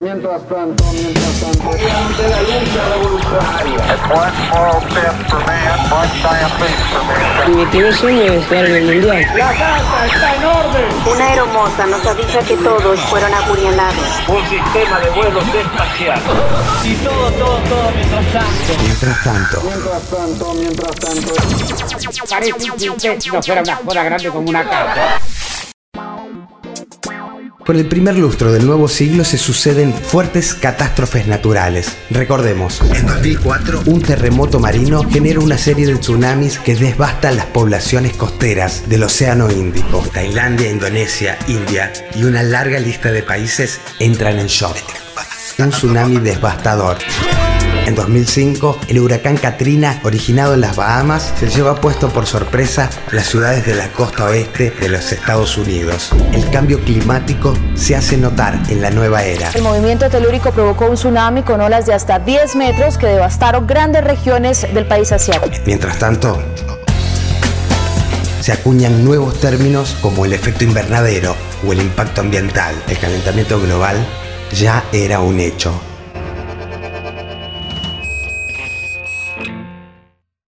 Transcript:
Mientras tanto, mientras tanto, ante la lucha revolucionaria. Mi primer sueño es jugar en el mundial. La casa está en orden. Una aeromoza nos avisa que todos fueron apuñalados. Un sistema de vuelos espacial. Mientras tanto, Mientras tanto, mientras tanto. por el primer lustro del nuevo siglo se suceden fuertes catástrofes naturales. Recordemos, en 2004, un terremoto marino genera una serie de tsunamis que devastan las poblaciones costeras del Océano Índico. Tailandia, Indonesia, India y una larga lista de países entran en shock. Un tsunami devastador. En 2005, el huracán Katrina, originado en las Bahamas, se lleva puesto por sorpresa las ciudades de la costa oeste de los Estados Unidos. El cambio climático se hace notar en la nueva era. El movimiento telúrico provocó un tsunami con olas de hasta 10 metros que devastaron grandes regiones del país asiático. Mientras tanto, se acuñan nuevos términos como el efecto invernadero o el impacto ambiental. El calentamiento global ya era un hecho.